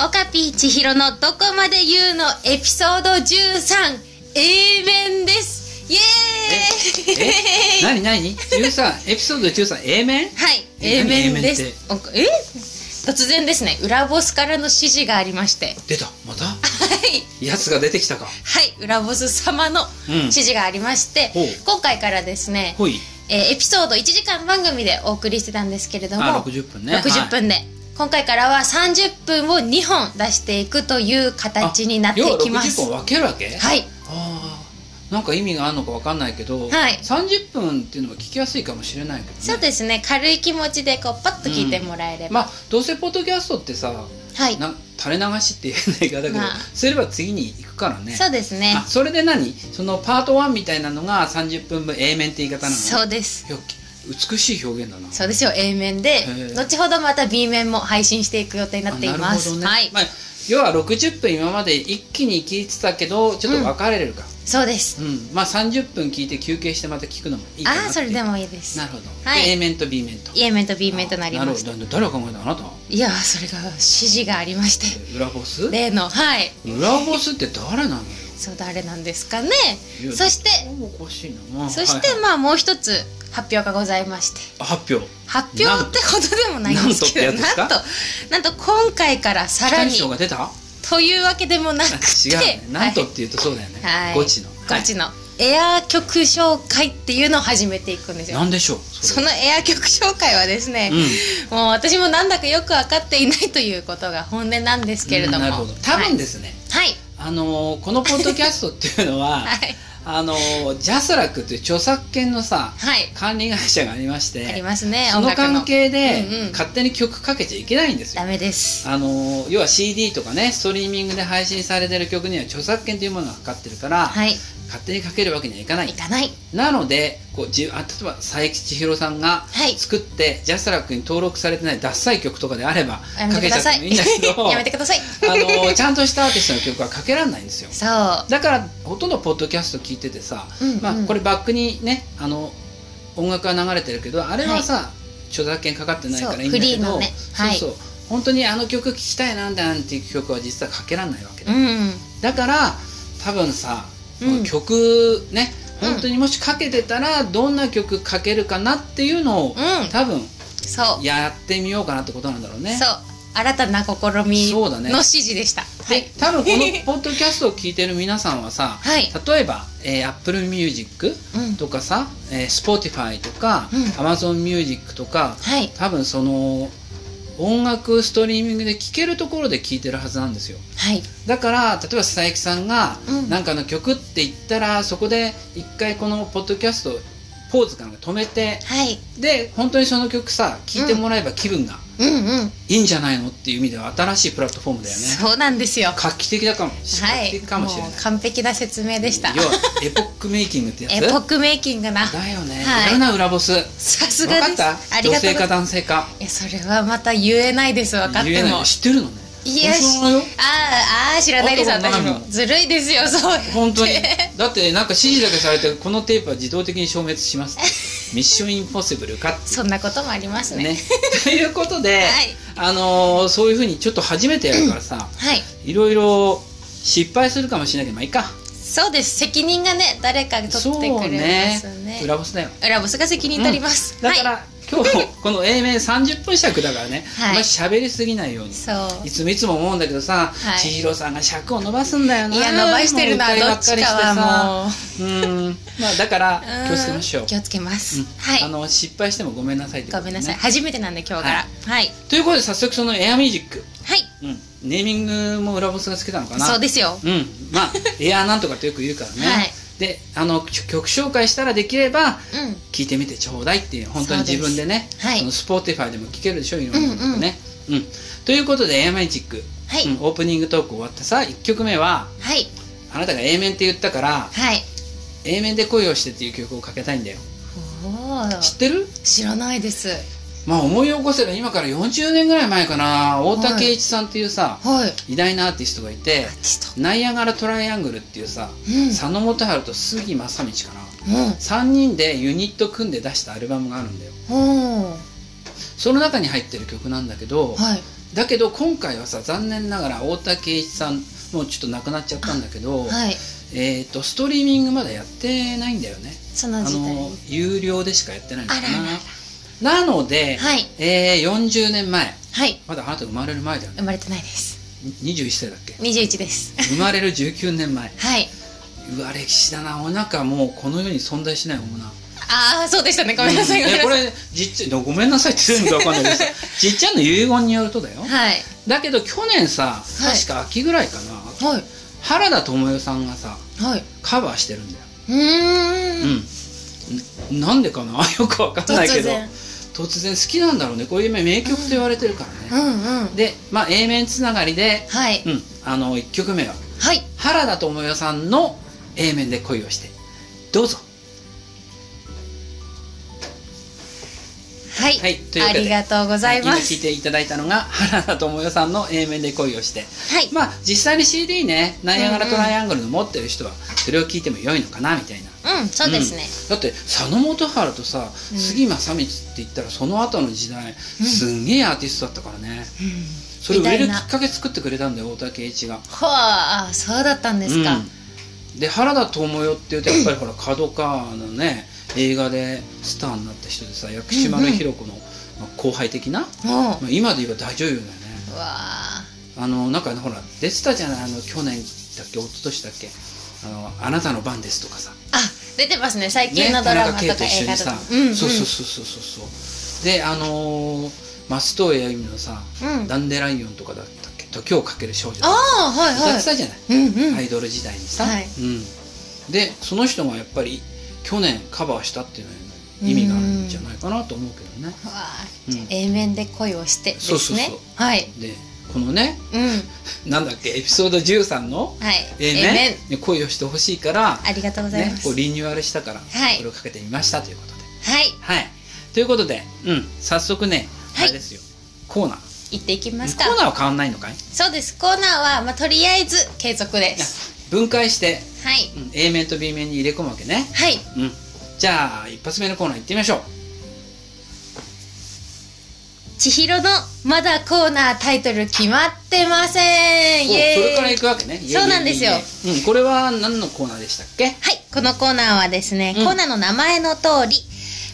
オカピー千尋のどこまで言うのエピソード13 A 面ですイエーイえ何何十三エピソード13 A 面はい A A 面面で A 面っすおえ突然ですね裏ボスからの指示がありまして出たまたはいやつが出てきたかはい裏ボス様のうん指示がありまして、ほう今回からですね、ほいえーエピソード1時間番組でお送りしてたんですけれどもあ60分ね60分で、今回からは30分を2本出していくという形になっていきま要すは60本分けるわけはいあーなんか意味があるのかわかんないけど、はい30分っていうのは聞きやすいかもしれないけどねそうですね軽い気持ちでこうパッと聞いてもらえれば、まあどうせポッドキャストってさはいな垂れ流しっていう言い方だけど、まあすれば次に行くからねそうですねあそれで何そのパート1みたいなのが30分分 A 面って言い方なのそうですいや美しい表現だなそうですよ A 面でー後ほどまた B 面も配信していく予定になっています、あなるほどね、はい、まあ、要は60分今まで一気に聞いてたけどちょっと分かれるか、そうですうんまあ30分聞いて休憩してまた聞くのもいいかなってああそれでもいいですなるほど、はいで A 面と B 面と A 面と B 面となりましたなるほど誰が考えたのあなたいやーそれが指示がありまして裏ボス例のはい裏ボスって誰なのよそう誰なんですかねいやそしておかしいなそはしいはていまあもう一つ発表がございましてあ発表発表ってことでもないんですけどなんとなんとなんとなっんと今回からさらに期待賞が出たあというわけでもなくて 違う、ね、なんとって言うとそうだよね、はいはいゴチのゴチのエアー曲紹介っていうのを始めていくんですよなんでしょうそそれのエアー曲紹介はですね、もう私もなんだかよく分かっていないということが本音なんですけれども、うんなるほど多分ですすね、はい、あのーこのポッドキャストっていうのは、 はいあのージャスラックっていう著作権のさ、はい管理会社がありましてありますねその関係で、うんうん勝手に曲かけちゃいけないんですよダメですあの要は CD とかねストリーミングで配信されてる曲には著作権というものがかかってるから、はい勝手にかけるわけにはいかない行かないなのでこうじあ例えば佐伯千尋さんがはい作って、ジャスラックに登録されてないダッサい曲とかであればやめかてけくちゃだっさてもいいいんだけど やめてくださいあのちゃんとしたアーティストの曲はかけられないんですよそうだからほとんどポッドキャスト聞いててさ、うんうんまあ、これバックにねあの音楽が流れてるけどあれはさ、著作権かかってないからいいんそだけうフリーのど、ねそうはいそう本当にあの曲聴きたいなんだなんていう曲は実はかけられないわけだ,、うんだから多分さ、うんこの曲ねうん本当にもしかけてたらどんな曲かけるかなっていうのを、うん多分そう、やってみようかなってことなんだろうね。そう新たな試みそうだのね指示でした、はでい多分 このポッドキャストを聞いてる皆さんはさ、はい例えば、えー、Apple Music うんとかさ、えー、Spotify とか、うん Amazon Music とかはい多分その音楽ストリーミングで聴けるところで聴いてるはずなんですよはいだから例えば佐伯さんがうんなんかの曲って言ったら、そこで一回このポッドキャストポーズかなんか止めてはいで本当にその曲さ聴いてもらえば気分がうんうん、いいんじゃないのっていう意味では新しいプラットフォームだよねそうなんですよは画期的だかもしれない、いかもしれないもう完璧な説明でした要はエポックメイキングってやつエポックメイキングなさだよね、はいやるな裏ボスさすがですかっあたり女がとう性ござかいま男性かすいやそれはまた言えないです分かって言えないも知ってるのねいや本当なのよあーあー知らないです男な私のもずるいですよそう本当にやってだってなんか指示だけされてこのテープは自動的に消滅しますって ミッションインポッシブルかっ そんなこともありますてねねということで、はいあのーそういうふうにちょっと初めてやるか らさはいいろいろ失敗するかもしれないけどまあいいかそうです責任がね誰かが取ってくれますそうね裏ボスだよ裏ボスが責任取ります、だから、はい、今日この A 面30分尺だからね、はいまあ喋りすぎないようにそういつもいつも思うんだけどさ、はい千尋さんが尺を伸ばすんだよないや伸ばしてるなもうど迂回ばっちかはもうっかりしてさうんまあだからうん気をつけましょう気をつけます、うんはあいの失敗してもごめんなさいってこごとめねんなさい初めてなんで今日からははいということで早速そのエアミュージック、はい、うん、ネーミングも裏ボスがつけたのかなそうですようんまあエアなんとかってよく言うからね、はいであの曲曲紹介したらできればうん聞いてみてちょうだいっていう本当に自分でねそうですはいその Spotify でも聞けるでしょいろんなことね、うんということで A マイチック、はいうんオープニングトーク終わってさ1曲目ははいあなたが A 面って言ったからはい A 面で恋をしてっていう曲をかけたいんだよおー知ってる知らないですまあ思い起こせば今から40年ぐらい前かなは大田い圭一さんっていうさ、はい偉大なアーティストがいてアーティストナイアガラトライアングルっていうさ、うん佐野元春と杉正道かなうん3人でユニット組んで出したアルバムがあるんだよおーその中に入ってる曲なんだけど、はいだけど今回はさ残念ながら太田圭一さんもうちょっと亡くなっちゃったんだけはど、いえっ、とストリーミングまだやってないんだよねそあの時代の有料でしかやってないのかなあららなので、はいえー、40年前はいまだあなた生まれる前だよね生まれてないです21歳だっけ21です生まれる19年 前はいうわ歴史だなお腹もうこの世に存在しないもんなああそうでしたねごめんなさいごうんめんえなこさいれじっちゃんごめんなさいって言うのかわかんないけどさ じっちゃんの遺言によるとだよはいだけど去年さい確か秋ぐらいかな、はい原田知世さんがさはいうカバーしてるんだよーんうんななんでかな よくわかんないけど突然突然好きなんだろうねこういう今名曲と言われてるからうね、んうんでまあ A 面つながりで、はいうん、あの1曲目ははい原田知世さんの A 面で恋をしてどうぞはい、はいというわあけでりがとうございま聞すいていただいたのが原田知世さんの A 面で恋をしてはいまあ実際に CD ねナイアガラトライアングルの持ってる人はそれを聞いても良いのかなみたいなうんそうですね、うんだって佐野元春とさうん杉正光って言ったらその後の時代、すんげえアーティストだったからねうんそれ売れ偉大るきなっかけ作ってくれたんだよ大竹栄一が。ほあそうだったんですか、うんで原田知世っていうとやっぱりほら角川のね映画でスターになった人でさ薬師丸ひろ子の、まあ後輩的な、もうまあ、今で言えば大女優だよね。うわああのなんかねほら出てたじゃないあの去年だっけ一昨年だっけあの「あなたの番です」とかさあ出てますね最ね近のドラマと田か中圭映画とと一緒かにさ、そうそうそうそうそうそうであのー松任谷由実のさ、うんダンデライオン」とかだったっけ「時をかける少女」ああはい歌はっていたじゃない、うんうん、アイドル時代にさ、はいうん、でその人がやっぱり去年カバーしたっていうのは意味があるんじゃないかなと思うけどねわあ、うんじゃあ A 面で恋をしてですねそうそうそうはいでこのねうんなんだっけエピソード13のはい A 面に恋をしてほしいからありがとうございねま、す、こうリニューアルしたから、はいこれをかけてみましたということで。はいはい、ということで、うん、早速ね、はいあれですよコーナー行っていきますかコーナーは変わんないのかいそうですコーナーは、まあ、とりあえず継続です分解して、はいうん、A 面と B 面に入れ込むわけね、はいうん、じゃあ一発目のコーナー行ってみましょう千尋のまだコーナータイトル決まってませんおイエそーイれから行くわけねイエイそうなんですよイエイイエイうん、これは何のコーナーでしたっけはい、このコーナーはですね、うんコーナーの名前の通り、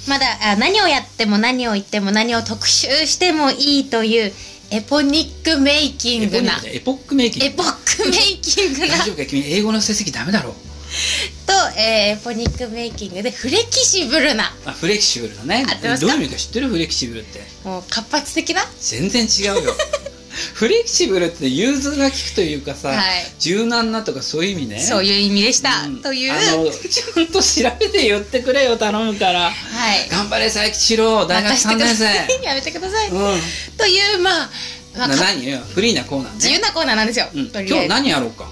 まだあ何をやっても何を言っても何を特集してもいいというエポニックメイキングな、エポニックエポックメイキングエポックメイキングな大丈夫か君英語の成績ダメだろうと、えーエポニックメイキングでフレキシブルな、あフレキシブルだね合ってますかどういう意味か知ってるフレキシブルってもう活発的な、全然違 うよフレキシブルって融通が利くというかさ、はい柔軟なとかそういう意味ねそういう意味でした。うんという、あはい。のちゃんと調べて言ってくれよ頼むから頑張れ佐伯史郎大学任せて3くだ年生さい やめてください。うという、まあ、まあんかな何よフリーなコーナーね自由なコーナーなんですよ。うん、と今りあえず。は日い。何やろうか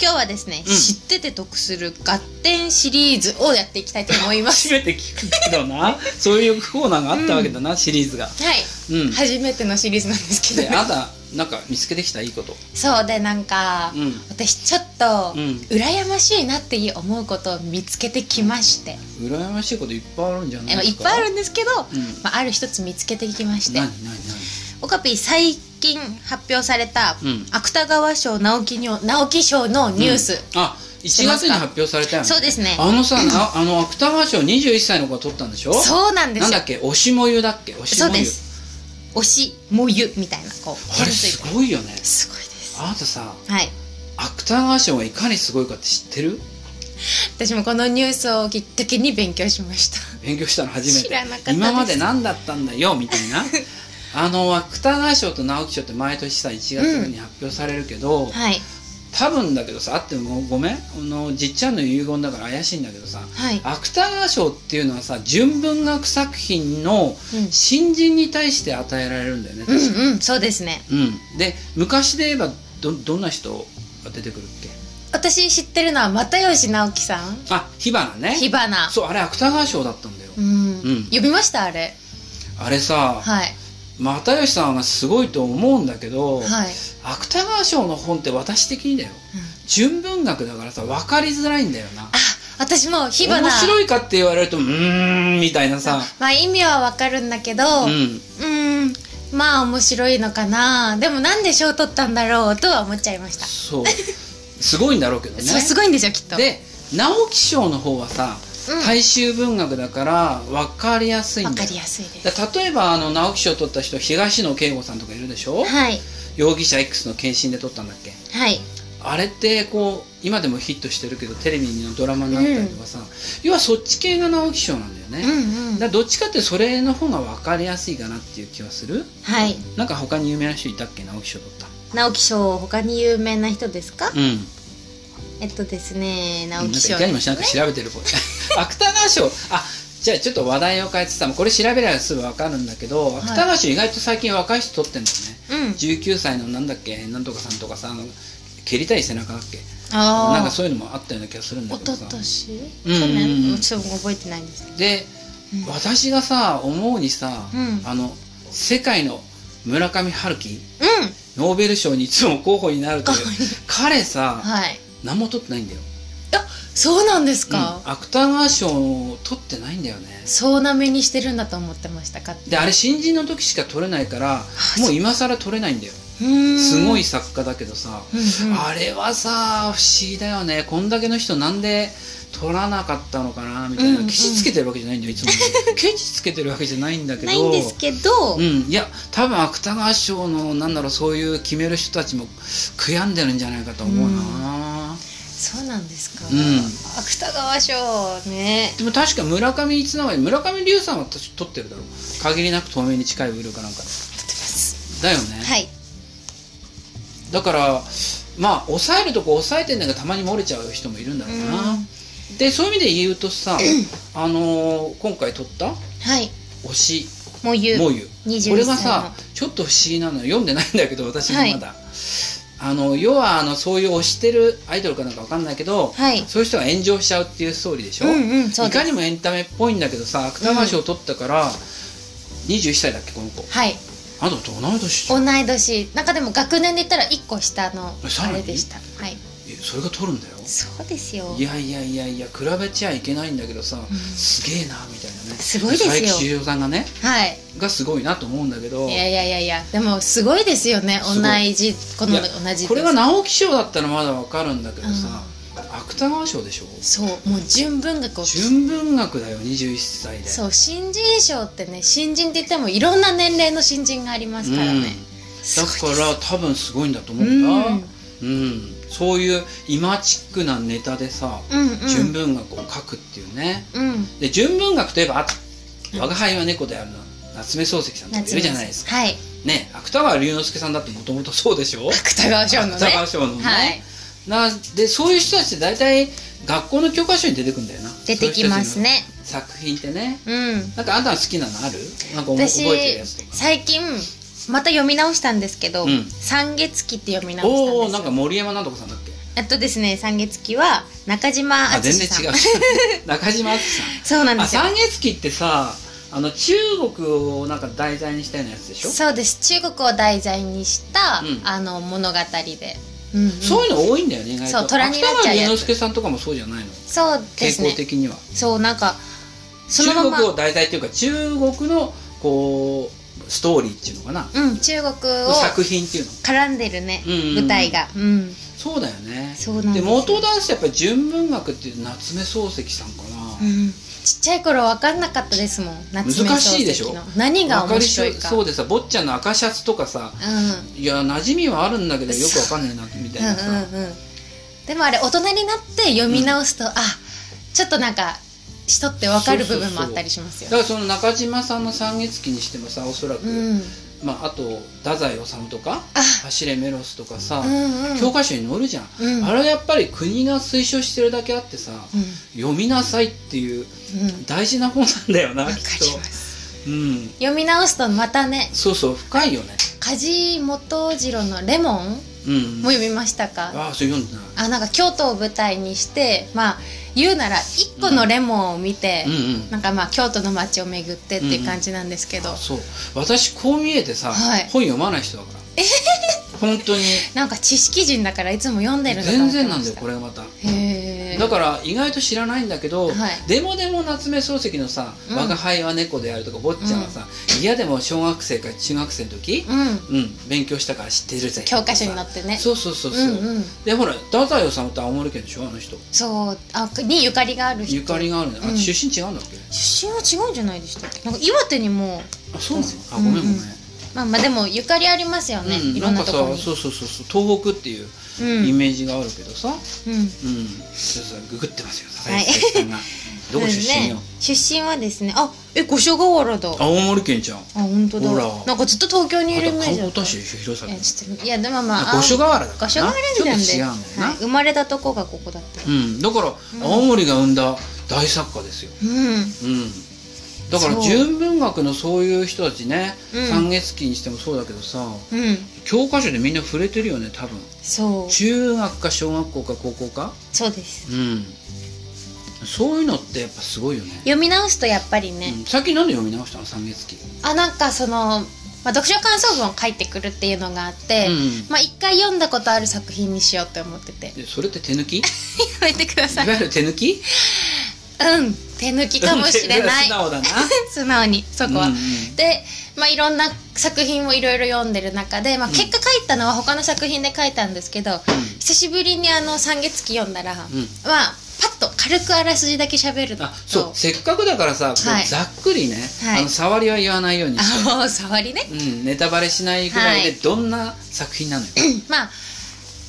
今日はですね、うん知ってて得する合点シリーズをやっていきたいと思い ます。初めて聞くけど なそういうコーナーがあったわけだな、シリーズがはい、うん初めてのシリーズなんですけでど、あなたなんか見つけてきたいいことそうでなんか、うん私ちょっとうん羨ましいなっていう思うことを見つけてきまして、羨ましいこといっぱいあるんじゃないえまあでいすっかぱいあるんですけど、んまあ、ある一つ見つけてきまして何何何オカピー最近発表されたうん芥川賞直木にょ直木賞のニュース、あ1月に発表されたよねそうですねあの さなあの芥川賞21歳の子が取ったんでしょそうなんですなんよだっけ推しもゆだっけ推しそうもでゆす推しもゆみたいなこうあれすごいよねすごいですあなたさはい芥川賞がいかにすごいかって知ってる私もこのニュースをきっかけに勉強しました勉強したの初めて知らなかったです今まで何だったんだよみた いなあの芥川賞と直木賞って毎年さ1月に発表されるけど、はい多分だけどさあってもごめんあのじっちゃんの遺言だから怪しいんだけどさはい芥川賞っていうのはさ純文学作品のうん新人に対して与えられるんだよね、確かうんうんそうですねうん、で昔で言えばどどんな人が出てくるっけ私知ってるのは又吉直樹さんあ火花ね火花そうあれ芥川賞だったんだよ、うん、うん読みましたあれあれさ、はい又吉さんはすごいと思うんだけど、はい、芥川賞の本って私的にだようん純文学だからさ分かりづらいんだよなあ私も火花面白いかって言われるとうーんみたいなさまあ意味はわかるんだけどうんうんまあ面白いのかなでもなんで賞取ったんだろうとは思っちゃいました そうすごいんだろうけどねそうすごいんですよきっとで直木賞の方はさ、うん大衆文学だから分かりやすいわんかだよりやすいですだから例えばあの直木賞取った人東野圭吾さんとかいるでしょはい容疑者 X の検診で取ったんだっけはいあれってこう今でもヒットしてるけどテレビのドラマになったりとかさ、要はそっち系が直木賞なんだようね、んうんだからどっちかってそれの方が分かりやすいかなっていう気はするはいなんか他に有名な人いたっけ直木賞取った直木賞他に有名な人ですかうんえっとですねなん直か木い賞かにもしなんか調べて るこれ芥川賞あじゃあちょっと話題を変えてさもうこれ調べればすぐ分かるんだけどい芥川賞意外と最近若い人取ってんだよねうん19歳のなんだっけなんとかさんとかさあの蹴りたい背中だっけああなんかそういうのもあったような気がするんだおけどとさとし去うんうんうん年、もうちょっと覚えてないんですけどで、うん私がさ思うにさ、うんあの世界の村上春樹うんノーベル賞にいつも候補になるという候補に彼さはい何も取ってないんだよ、そうなんですか、うん芥川賞を取ってないんだよねそうなめにしてるんだと思ってましたかであれ新人の時しか取れないからもう今更取れないんだよすすごい、作家だけどさ、うんうんあれはさ不思議だよねこんだけの人なんで取らなかったのかなみたいうんうなんケチつけてるわけじゃないんだ よいつもケチつけてるわけじゃないんだけどないんですけど、うん、いや多分芥川賞のなんだろうそういう決める人たちも悔やんでるんじゃないかと思うな、そうなんですか、うん芥川賞ねでも確か村上一永村上龍さんは確か取ってるだろう限りなく透明に近いウールかなんかで撮ってますだよね、はいだからまあ抑えるとこ抑えてんだけどたまに漏れちゃう人もいるんだろうな、うでそういう意味で言うとさ、あのー今回取ったはい推しもう言うもうゆ21歳のこれがさちょっと不思議なのよ読んでないんだけど私もまだ、あの要はあのそういう推してるアイドルかなんかわかんないけど、はいそういう人が炎上しちゃうっていうストーリーでしょ、うんうんそういでかすにもエンタメっぽいんだけどさ芥川賞を取ったから、21歳だっけこの子はいあなたと同い年じゃ同んい年なんかでも学年で言ったら1個下のさあらにれでしたはいえそれが取るんだよそうですよいやいやいやいや比べちゃいけないんだけどさ、うんすげえなみたいなねすごいですよ佐伯修造さんがねはいがすごいなと思うんだけどいやいやいやいやでもすごいですよねす同ごいじこのいや同じこれが直木賞だったらまだわかるんだけどさ、芥川賞でしょそうもう純文学を純文学だよ21歳でそう新人賞ってね新人って言ってもいろんな年齢の新人がありますからね、うんすごいですだから多分すごいんだと思うんだ、うんうんそういうイマチックなネタでさ、うんうん純文学を書くっていうねうんで純文学といえばあ「我が輩は猫である」の夏目漱石さんとかいるじゃないですかはいね芥川龍之介さんだってもともとそう でしょ芥川賞のね芥川賞のねはいなでそういう人たちって大体学校の教科書に出てくんだよな出てきますねそういう人たちの作品ってねうんなんかあんたの好きなのあるなんか覚私覚えてるやつとか最近また読み直したんですけど「うん三月期」って読み直したんですよおおなんか森山なんとかさんだっけえっとですね「三月期」は中島あ敦全さん然違う 中島敦さんそうなんであすよ三月期ってさあの中国をなんか題材にしたようなやつでしょそうです中国を題材にした、うんあの物語で、うんうんそういうの多いんだよね意外とそう虎になっちゃうやつ芥川龍之介さんとかもそうじゃないのそうで傾す向ね的には、そうなんかそのまま中国を題材っていうか中国のこうストーリーっていうのかなうん、中国を作品っていうの絡んでるね、うんうんうん舞台が、うん、そうだよねそうなんですでよ元男子やっぱり純文学っていう夏目漱石さんかうな、んちっちゃい頃分かんなかったですもん夏目難しいでし漱石ょの何がわか面り白いしかそううでさ坊ちゃんの赤シャツとかさんいや馴染みはあるんだけどよくわかんないなみたいなさ、うんうんうんでもあれ大人になって読み直すと、あちょっとなんか人って分かる部分もあったりしますだよからその中島さんの「三月期」にしてもさおそらく、うんまあ、あと太宰治とかあ「走れメロス」とかさ、うんうん教科書に載るじゃん、うんあれはやっぱり国が推奨してるだけあってさ、う読みなさいっていうんうん大事な本なんだよなわかきっりとますうん読み直すとまたねそうそう深いよね梶本次郎の「レモン」うんも読みましたかああそれ読んでないあなんか京都を舞台にしてまあ言うなら一個のレモンを見て、うんうんなんかまあ京都の街を巡ってっていう感じなんですけど、あそう私こう見えてさ、はい本読まない人だから本当になんか知識人だからいつも読んでるのかな全然なんだよこれれがまたへへーだから意外と知らないんだけど、はいでもでも夏目漱石のさ「うん我が輩は猫である」とか坊ちゃんはさ、嫌でも小学生か中学生の時、うんうん勉強したから知ってるぜ教科書に載ってねそうそうそうそう、んうんでほら太宰治って青森県でしょあの人そうあにゆかりがある人ゆかりがあるんだ、あうん出身違うんだっけ出身は違うんじゃないでしたっけなんか岩手にもあそうなのあうごんめんごめん、うんまあまあでもゆかりありますよね、うんいろなんんなとかさころにそうそうそうそう東北っていううイん、メージがあるけどさ、うんうん、ちょっとさググってますよ高はい橋さ んがどこ出身よ、ね、出身はですねあえ五所川原だあ青森県じゃんあ本当だほらなんかずっと東京にいるイとメー観ジだ光った大使でしょ広いや崎ちょっといやでもまああ五所川原だからな五所川原なんでちょっと違うんだよな、はい、生まれたとこがここだったうん、だから、青森が生んだ大作家ですよ、うんうん、だからそう純文学のそういう人たちね、うん三月期にしてもそうだけどさうん教科書でみんな触れてるよね多分そう中学か小学校か高校かそうですうんそういうのってやっぱすごいよね読み直すとやっぱりね、うん、さっき何で読み直したの三月期あなんかその、まあ、読書感想文を書いてくるっていうのがあって、うんまあ一回読んだことある作品にしようって思っててやでそれって手 抜きいめてくださわいゆる手抜きうん手抜きかもしれない素直だな素直にそこは、うんうんで、まあ、いろんな作品をいろいろ読んでる中で、まあ、うん結果書いたのは他の作品で書いたんですけど、久しぶりにあの「三月期」読んだら、うんまあパッと軽くあらすじだけ喋るのあそうせっかくだからさ、こうはいざっくりね、はいあの触りは言わないようにしてあの触りねうん、ネタバレしないぐらいではどんな作品なのよ、まあ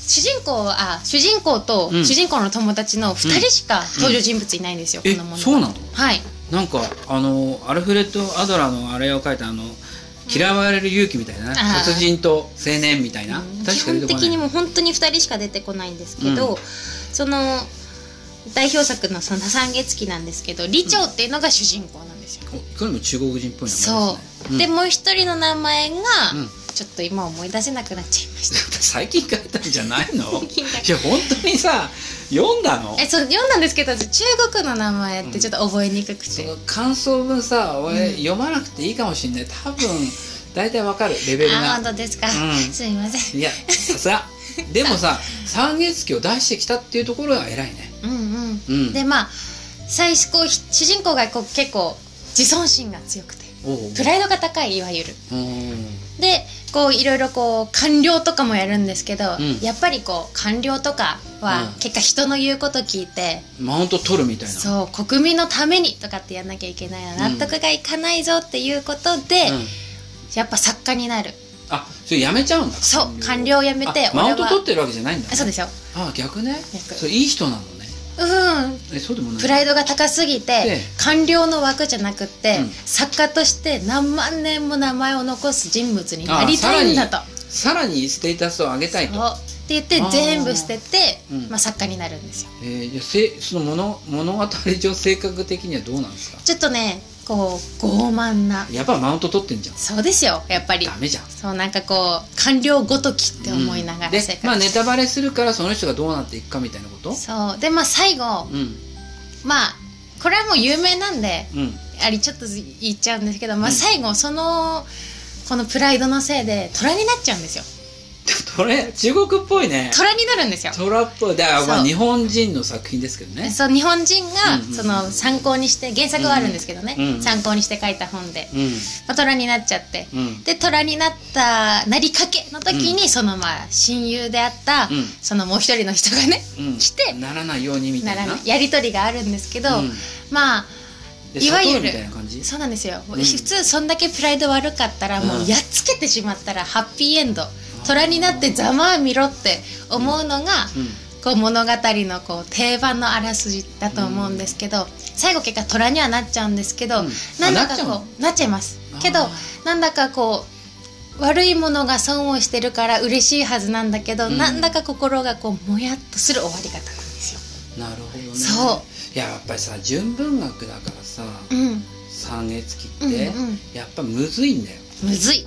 主人公はあ主人公とうん主人公の友達の2人しか登場人物いないんですよ、えこの物そうなのはいなんかあのアルフレッド・アドラーのあれを書いたあの嫌われる勇気みたいな、あー殺人と青年みたいな、基確か出本てこ的ないにもう本当に2人しか出てこないんですけど、うんその代表作の「その三月期」なんですけど李長っていうのが主人公なんですよ、おいかにも中国人っぽい名前ですねそう、んでもう一人の名前が、うん ちょっと今思い出せなくなっちゃいました最近書いたんじゃないの最近書いたいや本当にさ読んだのえそう読んだんですけど中国の名前ってちょっと覚えにくくそて、の感想文さ俺、読まなくていいかもしんない多分大体わかるレベルあがあ本当ですか、うんすみませんいやさすがでもさ三月期を出してきたっていうところが偉いねうんううんんでまあ最初こうひ主人公がこう結構自尊心が強くておうプライドが高いいわゆるうんでこういろいろこう官僚とかもやるんですけど、うんやっぱりこう官僚とかはうん結果人の言うこと聞いて、マウント取るみたいなそう国民のためにとかってやんなきゃいけないな、うん納得がいかないぞっていうことで、うんやっぱ作家になるあそれやめちゃうんだそう官僚を辞めてあマウン俺トは取ってるわけじゃないんだあそうですよあ逆ね逆そういい人なのねうんえそうでもないプライドが高すぎでて官僚の枠じゃなくって、うん作家として何万年も名前を残す人物になりたいんだと。さらにステータスを上げたいとそうって言ってあー全部捨てて、うんまあ、作家になるんですよ。えーじゃあせその物物語上性格的にはどうなんですかちょっとねこう傲慢なやっぱマウント取ってんじゃんそうですよやっぱりダメじゃんそうなんかこう官僚ごときって思いながでら生活して、まあネタバレするからその人がどうなっていくかみたいなことそうでまあ最後うんまあこれはもう有名なんでうんありちょっと言っちゃうんですけど、まうあ、ん最後そのこのプライドのせいで虎になっちゃうんですよこれ中国っぽいね虎になるんですよトラップだからまそあう日本人の作品ですけどねそう日本人がうんうんその参考にして原作はあるんですけどね、うんうん参考にして書いた本で、うんまあ、虎になっちゃって、うんで虎になったなりかけの時に、そのまあ親友であった、うんそのもう一人の人がね、うん来てならないようにみたないならないやり取りがあるんですけど、うんまあでいわゆ砂る糖みたいな感じそうなんですよ、うん普通そんだけプライド悪かったらもううんやっつけてしまったらハッピーエンド虎になってざまあみろって思うのが、うんこう物語のこう定番のあらすじだと思うんですけど、最後結果虎にはなっちゃうんですけど、うんなんだあなっちかゃうこのうなっちゃいますあーけどなんだかこう悪いものが損をしてるから嬉しいはずなんだけど、うんなんだか心がこうもやっとする終わり方なんですよ。なるほどねそういややっぱりさ純文学だからさうん、三月期って、うんうんやっぱむずいん だよむずい。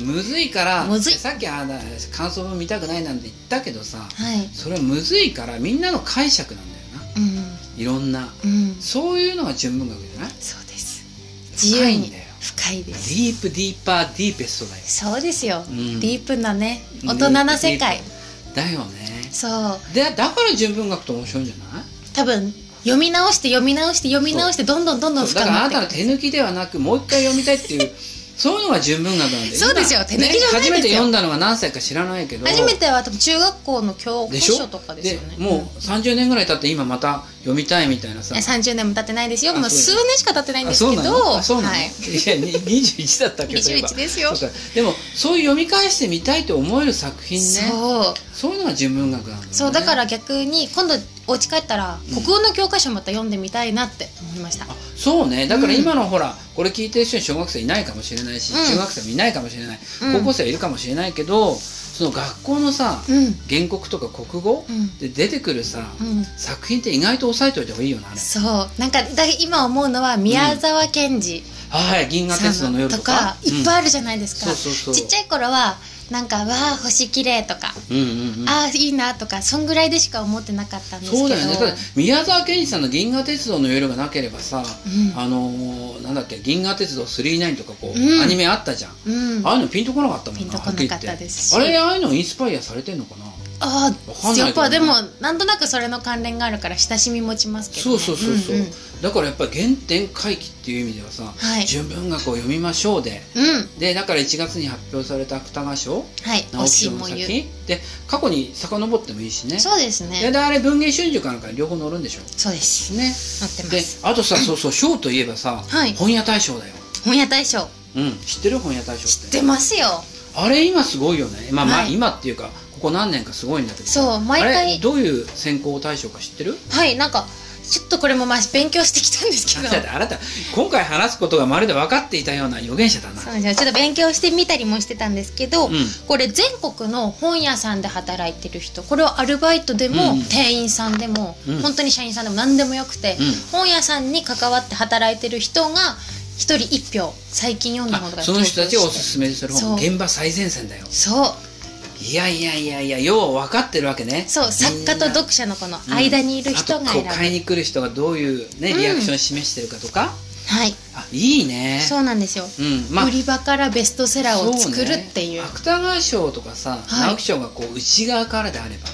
むずいからむずいさっきあだ感想文見たくないなんて言ったけどさはい。それはむずいからみんなの解釈なんだようなん、いろんなうん、そういうのが純文学じゃないそうです。自由深いんにだよ深いでデす。ィープディーパーディーペストだよそうですよ。うんディープなね、大人な世界ディ。ープだよねそう。でだから純文学と面白いんじゃない多分読み直して読み直して読み直してどんどんどんどんだ深からあまってなたくのる手抜きではなくもう一回読みたいっていうそういうのが純文学なんでそうですよ今手抜きじゃないですよね初めて読んだのが何歳か知らないけど初めては多分中学校の教科でしょ書とかですよねでもう30年ぐらい経って今また読みたいみたいなさえ30年も経ってないですよもうあ数そうだ年しか経ってないんあですそうけなどのあそうなの、、はいいやに21だっ たっけそういえば21ですよそうかでもそういう読み返してみたいと思える作品ねそうそういうのが純文学なんだよねそうだから逆に今度お家帰ったらうん国語の教科書また読んでみたいなって思いました、あそうねだから今のほら、これ聞いてる人に小学生いないかもしれないし、うん中学生もいないかもしれない、うん高校生はいるかもしれないけどその学校のさ、うん原告とか国語うんで出てくるさ、うん作品って意外と押さえておいた方がいいよなあれそうなんかだ今思うのは宮沢賢治はい「銀河鉄さ道んの夜」ととかかいっぱいあるじゃないですか、うんそうそうそうちっちゃい頃はなんか「わあ星綺麗とかうんうんうんう「んああいいな」とかそんぐらいでしか思ってなかったんですけどそうだよねだって宮沢賢治さんの「銀河鉄道の夜」がなければさ、うんあのーなんだっけ「銀河鉄道999」とかこう、うんアニメあったじゃん、うん、あああいうのピンとこなかったもんピなンとこなかったは言てですしあれああいうのインスパイアされてんのかなあわかんないけどねやっぱでもなんとなくそれの関連があるから親しみ持ちますけど、そね、うそうそうそう、んんだからやっぱり原点回帰っていう意味ではさ、はい純文学を読みましょうでうんでだから1月に発表された芥川賞はい推直木し賞のも作言う品で過去に遡ってもいいしねそうですでねであれ文藝春秋かなんかに両方載るんでしょそうですね載ってまですあとさそうそう賞といえばさ、はい本屋大賞だよ本屋大賞うん知ってる本屋大賞知っっててますよあれ今すごいよねまあ、まあはい今っていうかここ何年かすごいんだけどそう毎あれ回どういう選考対象か知ってるはいなんかちょっとこれもまあ勉強してきたんですけど だってあなた今回話すことがまるで分かっていたような預言者だなそうなんですよちょっと勉強してみたりもしてたんですけど、うんこれ全国の本屋さんで働いてる人これはアルバイトでも、うんうん店員さんでも、うん本当に社員さんでも何でもよくて、うん本屋さんに関わって働いてる人が一人一票最近読んだものあがその人たちがおすすすめする本そう現場最前線だよそういやいやいやいやよう分かってるわけねそう作家と読者のこの間にいる人うんがあ選ぶ、とこう買いに来る人がどういう、ね、うんリアクションを示してるかとか、はいあいいねそうなんですよ、うんまあ売り場からベストセラーを作るっていうそね芥川賞とかさ、はい直木賞がこう内側からであれば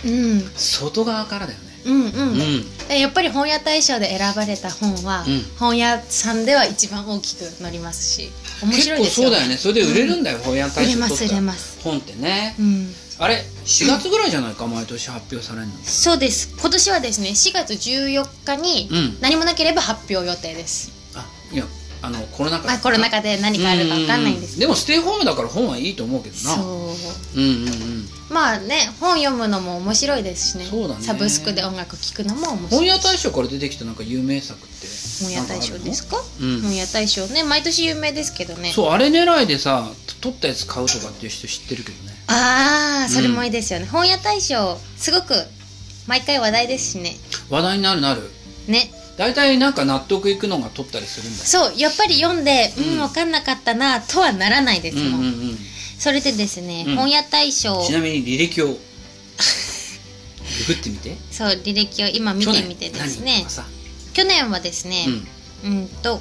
外側からだよねうんうん、ううんんでやっぱり本屋大賞で選ばれた本は、うん本屋さんでは一番大きく載りますし面結白い構ですそようだよねそれで売れるんだよ、本屋大賞取っ売たれます売れます本ってね、うんあれ4月ぐらいじゃないか毎年発表されるのそうです今年はですね4月14日にうん何もなければ発表予定です、あいやあのコロナ禍まあ、コロナ禍で何かあるか分かんないんですううでもステイホームだから本はいいと思うけどなそううんうんうんまあね本読むのも面白いですしねそうだねサブスクで音楽聴くのも面白本い屋大賞から出てきたなんか有名作って本屋大賞ですかうん本屋大賞ね毎年有名ですけどねそうあれ狙いでさ取ったやつ買うとかっていう人知ってるけどねああそれもいいですよね、本屋大賞すごく毎回話題ですしね話題になるなるね大体なんか納得いくのが取ったりするんだよそうやっぱり読んでうん、うん分かんなかったなとはならないですもん、うんうんうんそれでですね、うん本屋大賞ちなみに履歴をググってみてそう履歴を今見去て年みてですね何さ去年はですねうんうんと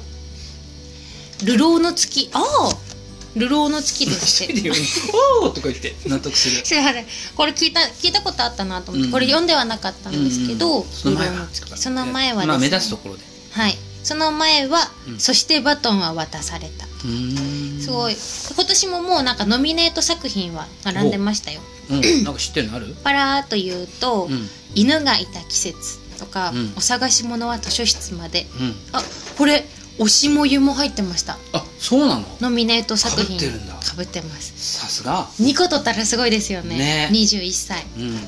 「流浪の月」ああ「流浪の月」で一 すっ人て で読むおーとか言って納得するそれあれこれ聞いた聞いたことあったなと思って、うんこれ読んではなかったんですけど、うんその前流浪はの月その前はですね、まあ目立つところではい、その前は、うんそしてバトンは渡された」うーんすごい今年ももうなんかノミネート作品は並んでましたようんなんか知ってるのあるパラーっと言うと、うん犬がいた季節」とか、うんお探し物は図書室まで」うんあこれ推しも湯も入ってましたあそうなのノミネート作品被ってるんだ被ってますさすが2個取ったらすごいですよねね21歳うん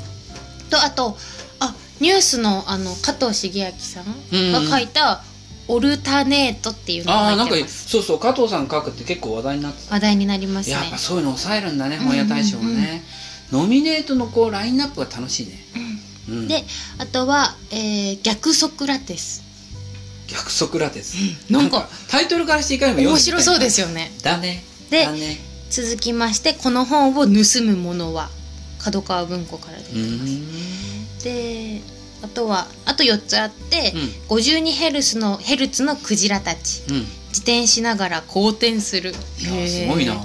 とあとあニュースのあの加藤茂明さんが書いた「オルタネート」っていうのああがな入ってんかますそうそう加藤さん書くって結構話題になってた話題になりますねやっぱそういうの抑えるんだねん本屋大賞はねノミネートのこうラインナップが楽しいねうんうんであとは、えー逆ソクラテス逆ソクラテスうんなんかタイトルからしていかにも面白そうですすよねだねでだね続きましてこの本を盗む者は角川文庫からでうーんであとはあと4つあって、う52ヘルツのヘルツのクジラたちうん自転しながら好転するいやへーすごいな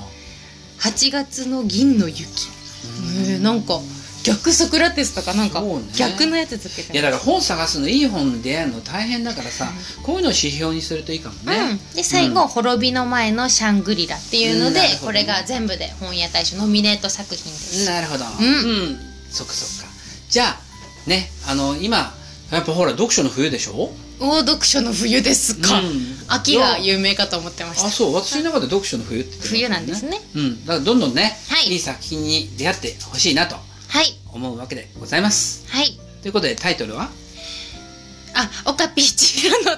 8月の銀の雪、へーなんか逆ソクラテスとかなんかそうね逆のやつつけていやだから本探すのいい本に出会えるの大変だからさこういうのを指標にするといいかもうねん、で最後、滅びの前のシャングリラ」っていうので、うんなるほどねこれが全部で本屋大賞ノミネート作品です、なるほどううんん、そっかそっかじゃあねあの今やっぱほら読書の冬でしょおお読書の冬ですか、うん秋が有名かと思ってまあしたそう私の中で読書の冬って言って冬なんですねねうんだからどんどんね、はいいい作品に出会ってほしいなとはい思うわけでございますはいということでタイトルはあオカピ千尋の違違うう違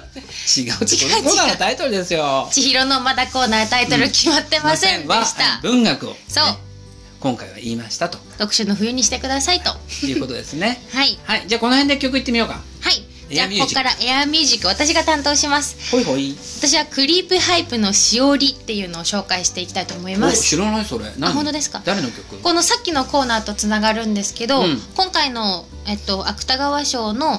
うコーナーのタイトルですよ千尋のまだコーナータイトル決まってませんでした、は文学をね、そう今回は言いましたと読書の冬にしてくださいとはいうことですねいはいじゃあこの辺で曲いってみようかはいじゃあエアこミュージックこからエアミュージック私が担当しますほいほい私はクリープハイプのしおりっていうのを紹介していきたいと思いおます知らないそれ何あ本当ですか誰の曲このさっきのコーナーとつながるんですけど、うん今回の、えっと、芥川賞の、うんうん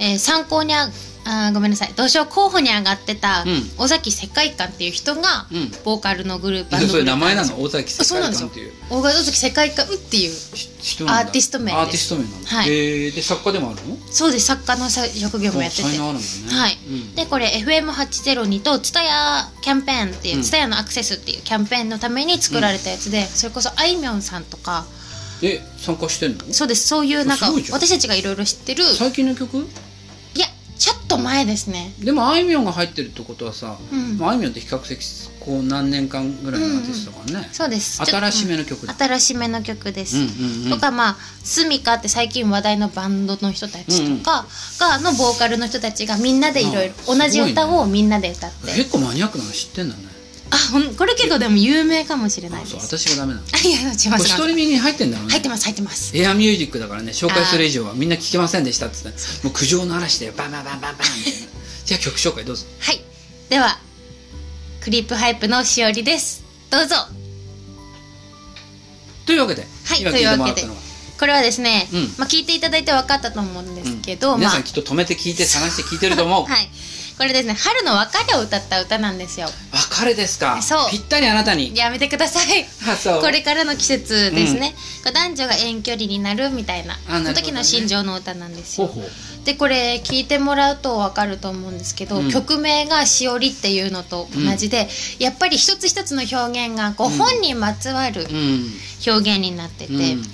えー参考にああーごめんなさい同賞候補に上がってたうん尾崎世界観っていう人が、うんボーカルのグループえバンドそれグルー名プ前なの大崎そう世なん界です観よっていう大尾崎世界観っていうし人なんだアーティスト名ですアーティスト名なんだ、はいえーで作家でもあるのそうです作家のさ職業もやってて才能あるんだねはいうんでこれ FM802 と TSUTAYA キャンペーンっていううん TSUTAYA、のアクセスっていうキャンペーンのために作られたやつで、それこそあいみょんさんとかえ参加してんのそうですそういうなんかすごいじゃん私たちがいろいろ知ってる最近の曲いやちょっと前ですねでもあいみょんが入ってるってことはさ、うんまああいみょんって比較的こう何年間ぐらいのアーティストだからね、そうです新しめのの曲だ、新しめの曲です、うんうんうんとかまあスミカって最近話題のバンドの人たちとかが、のボーカルの人たちがみんなでいろいあろ同じ歌をみんなで歌って、結構マニアックなの知ってんだねあほんこれ結構でも有名かもしれないあでそうす私がダメなのあいや違いこまれす一人目に入ってんだろうね入ってます入ってますエアミュージックだからね紹介する以上はみんな聞けませんでしたっつってもう苦情の嵐でバンバンバンバンバンみたいなじゃあ曲紹介どうぞはいではクリップハイプのしおりですどうぞというわけで、はい今と聞いいうてもわらけでったのは、これはですね、うんまあ、聞いていただいて分かったと思うんですけど、皆まあさんきっと止めて聞いて探して聞いてると思う、 はいこれですね春の別れを歌った歌なんですよ別れですかそうぴったりあなたにやめてくださいあそうこれからの季節ですね、こう男女が遠距離になるみたいなあなるほどねその時の心情の歌なんですほうよほうでこれ聞いてもらうと分かると思うんですけど、うん曲名が「しおり」っていうのと同じで、やっぱり一つ一つの表現がご本にまつわるうん表現になってて、うん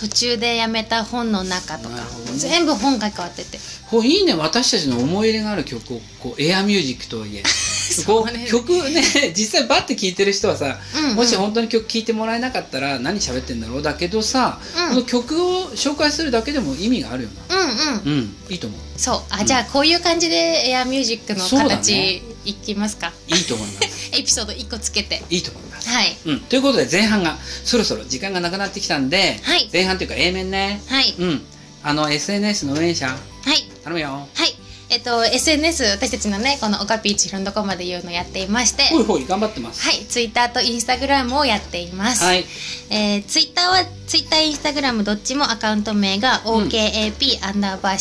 途中でやめた本の中とか、なるほどね全部本が変わっててこういいね私たちの思い入れがある曲をこうエアミュージックとはいえ そこうねう曲ね実際バッて聴いてる人はさ、うんうんもし本当に曲聴いてもらえなかったら何喋ってんだろうだけどさ、うんこの曲を紹介するだけでも意味があるよなうんうんうんいいと思 うそうあ、じゃあこういう感じでエアミュージックのそうだね形いきますか、いいと思いますエピソード1個つけていいと思いますはいうん、ということで前半がそろそろ時間がなくなってきたんで、はい前半というか A 面ねはい、うんあの SNS の運営者はい頼むよはいえっと SNS 私たちのねこのオカピーチロンどこまで言うのやっていましてほいほい頑張っ てますはいツイッターとインスタグラムをやっています、はいえー、ツイッターはツイッターインスタグラムどっちもアカウント名が OKAP アンダーバー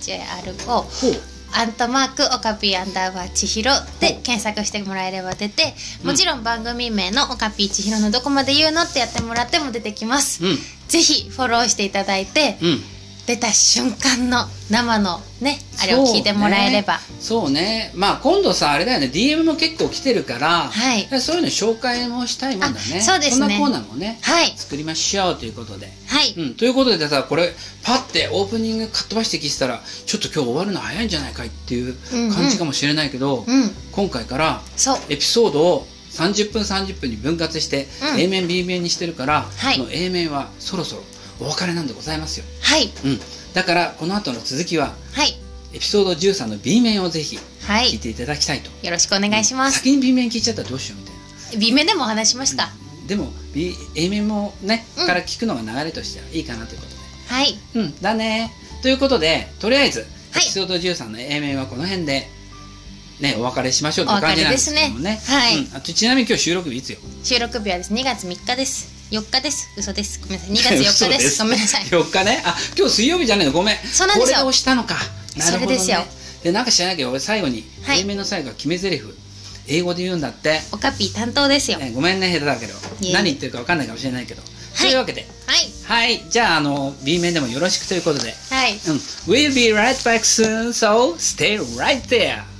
CHIHIRO ほうアントマークオカピーアンダーバー千尋でほう検索してもらえれば出てうんもちろん番組名のオカピー千尋のどこまで言うのってやってもらっても出てきます、うんぜひフォローしていただいて、うん出た瞬間の生のねあれを聞いてもらえれば、そうねそうねまあ今度さあれだよね DM も結構来てるから、はいそういうの紹介もしたいもんだねあそうですねこんなコーナーもねはい作りましょうということで、はい、うん、ということでさこれパッてオープニングかっ飛ばして聞いてたらちょっと今日終わるの早いんじゃないかいっていう感じかもしれないけど、うん今回からそうエピソードを30分30分に分割して、うん A 面 B 面にしてるから、はいこの A 面はそろそろお別れなんでございますよ、はいうん、だからこの後の続きははいエピソード13の B 面をぜひは聞いいていただきたいと、よろしくお願いします、先に B 面聞いちゃったらどうしようみたいな B 面でもお話ししました、でも、B、A 面もね、うんから聞くのが流れとしてはいいかなということではいうんだねということでとりあえず、はいエピソード13の A 面はこの辺でねお別れしましょうというお別れ感じなんですけどもねですねはいうんあとちなみに今日収録日いつよ収録日はです2月3日です4日です嘘ですごめんなさい2月4日です ごめんなさい4日ねあ今日水曜日じゃないのごめんそうなんですよこれをしたのかなるほど、ね、それですよでなんか知らなきゃ俺最後に、はい A 面の最後は決め台詞英語で言うんだってオカピー担当ですよえごめんね下手だけどいえいえ何言ってるか分かんないかもしれないけどというわけではいはいじゃああの B 面でもよろしくということで、はいうん、We'll be right back soon so stay right there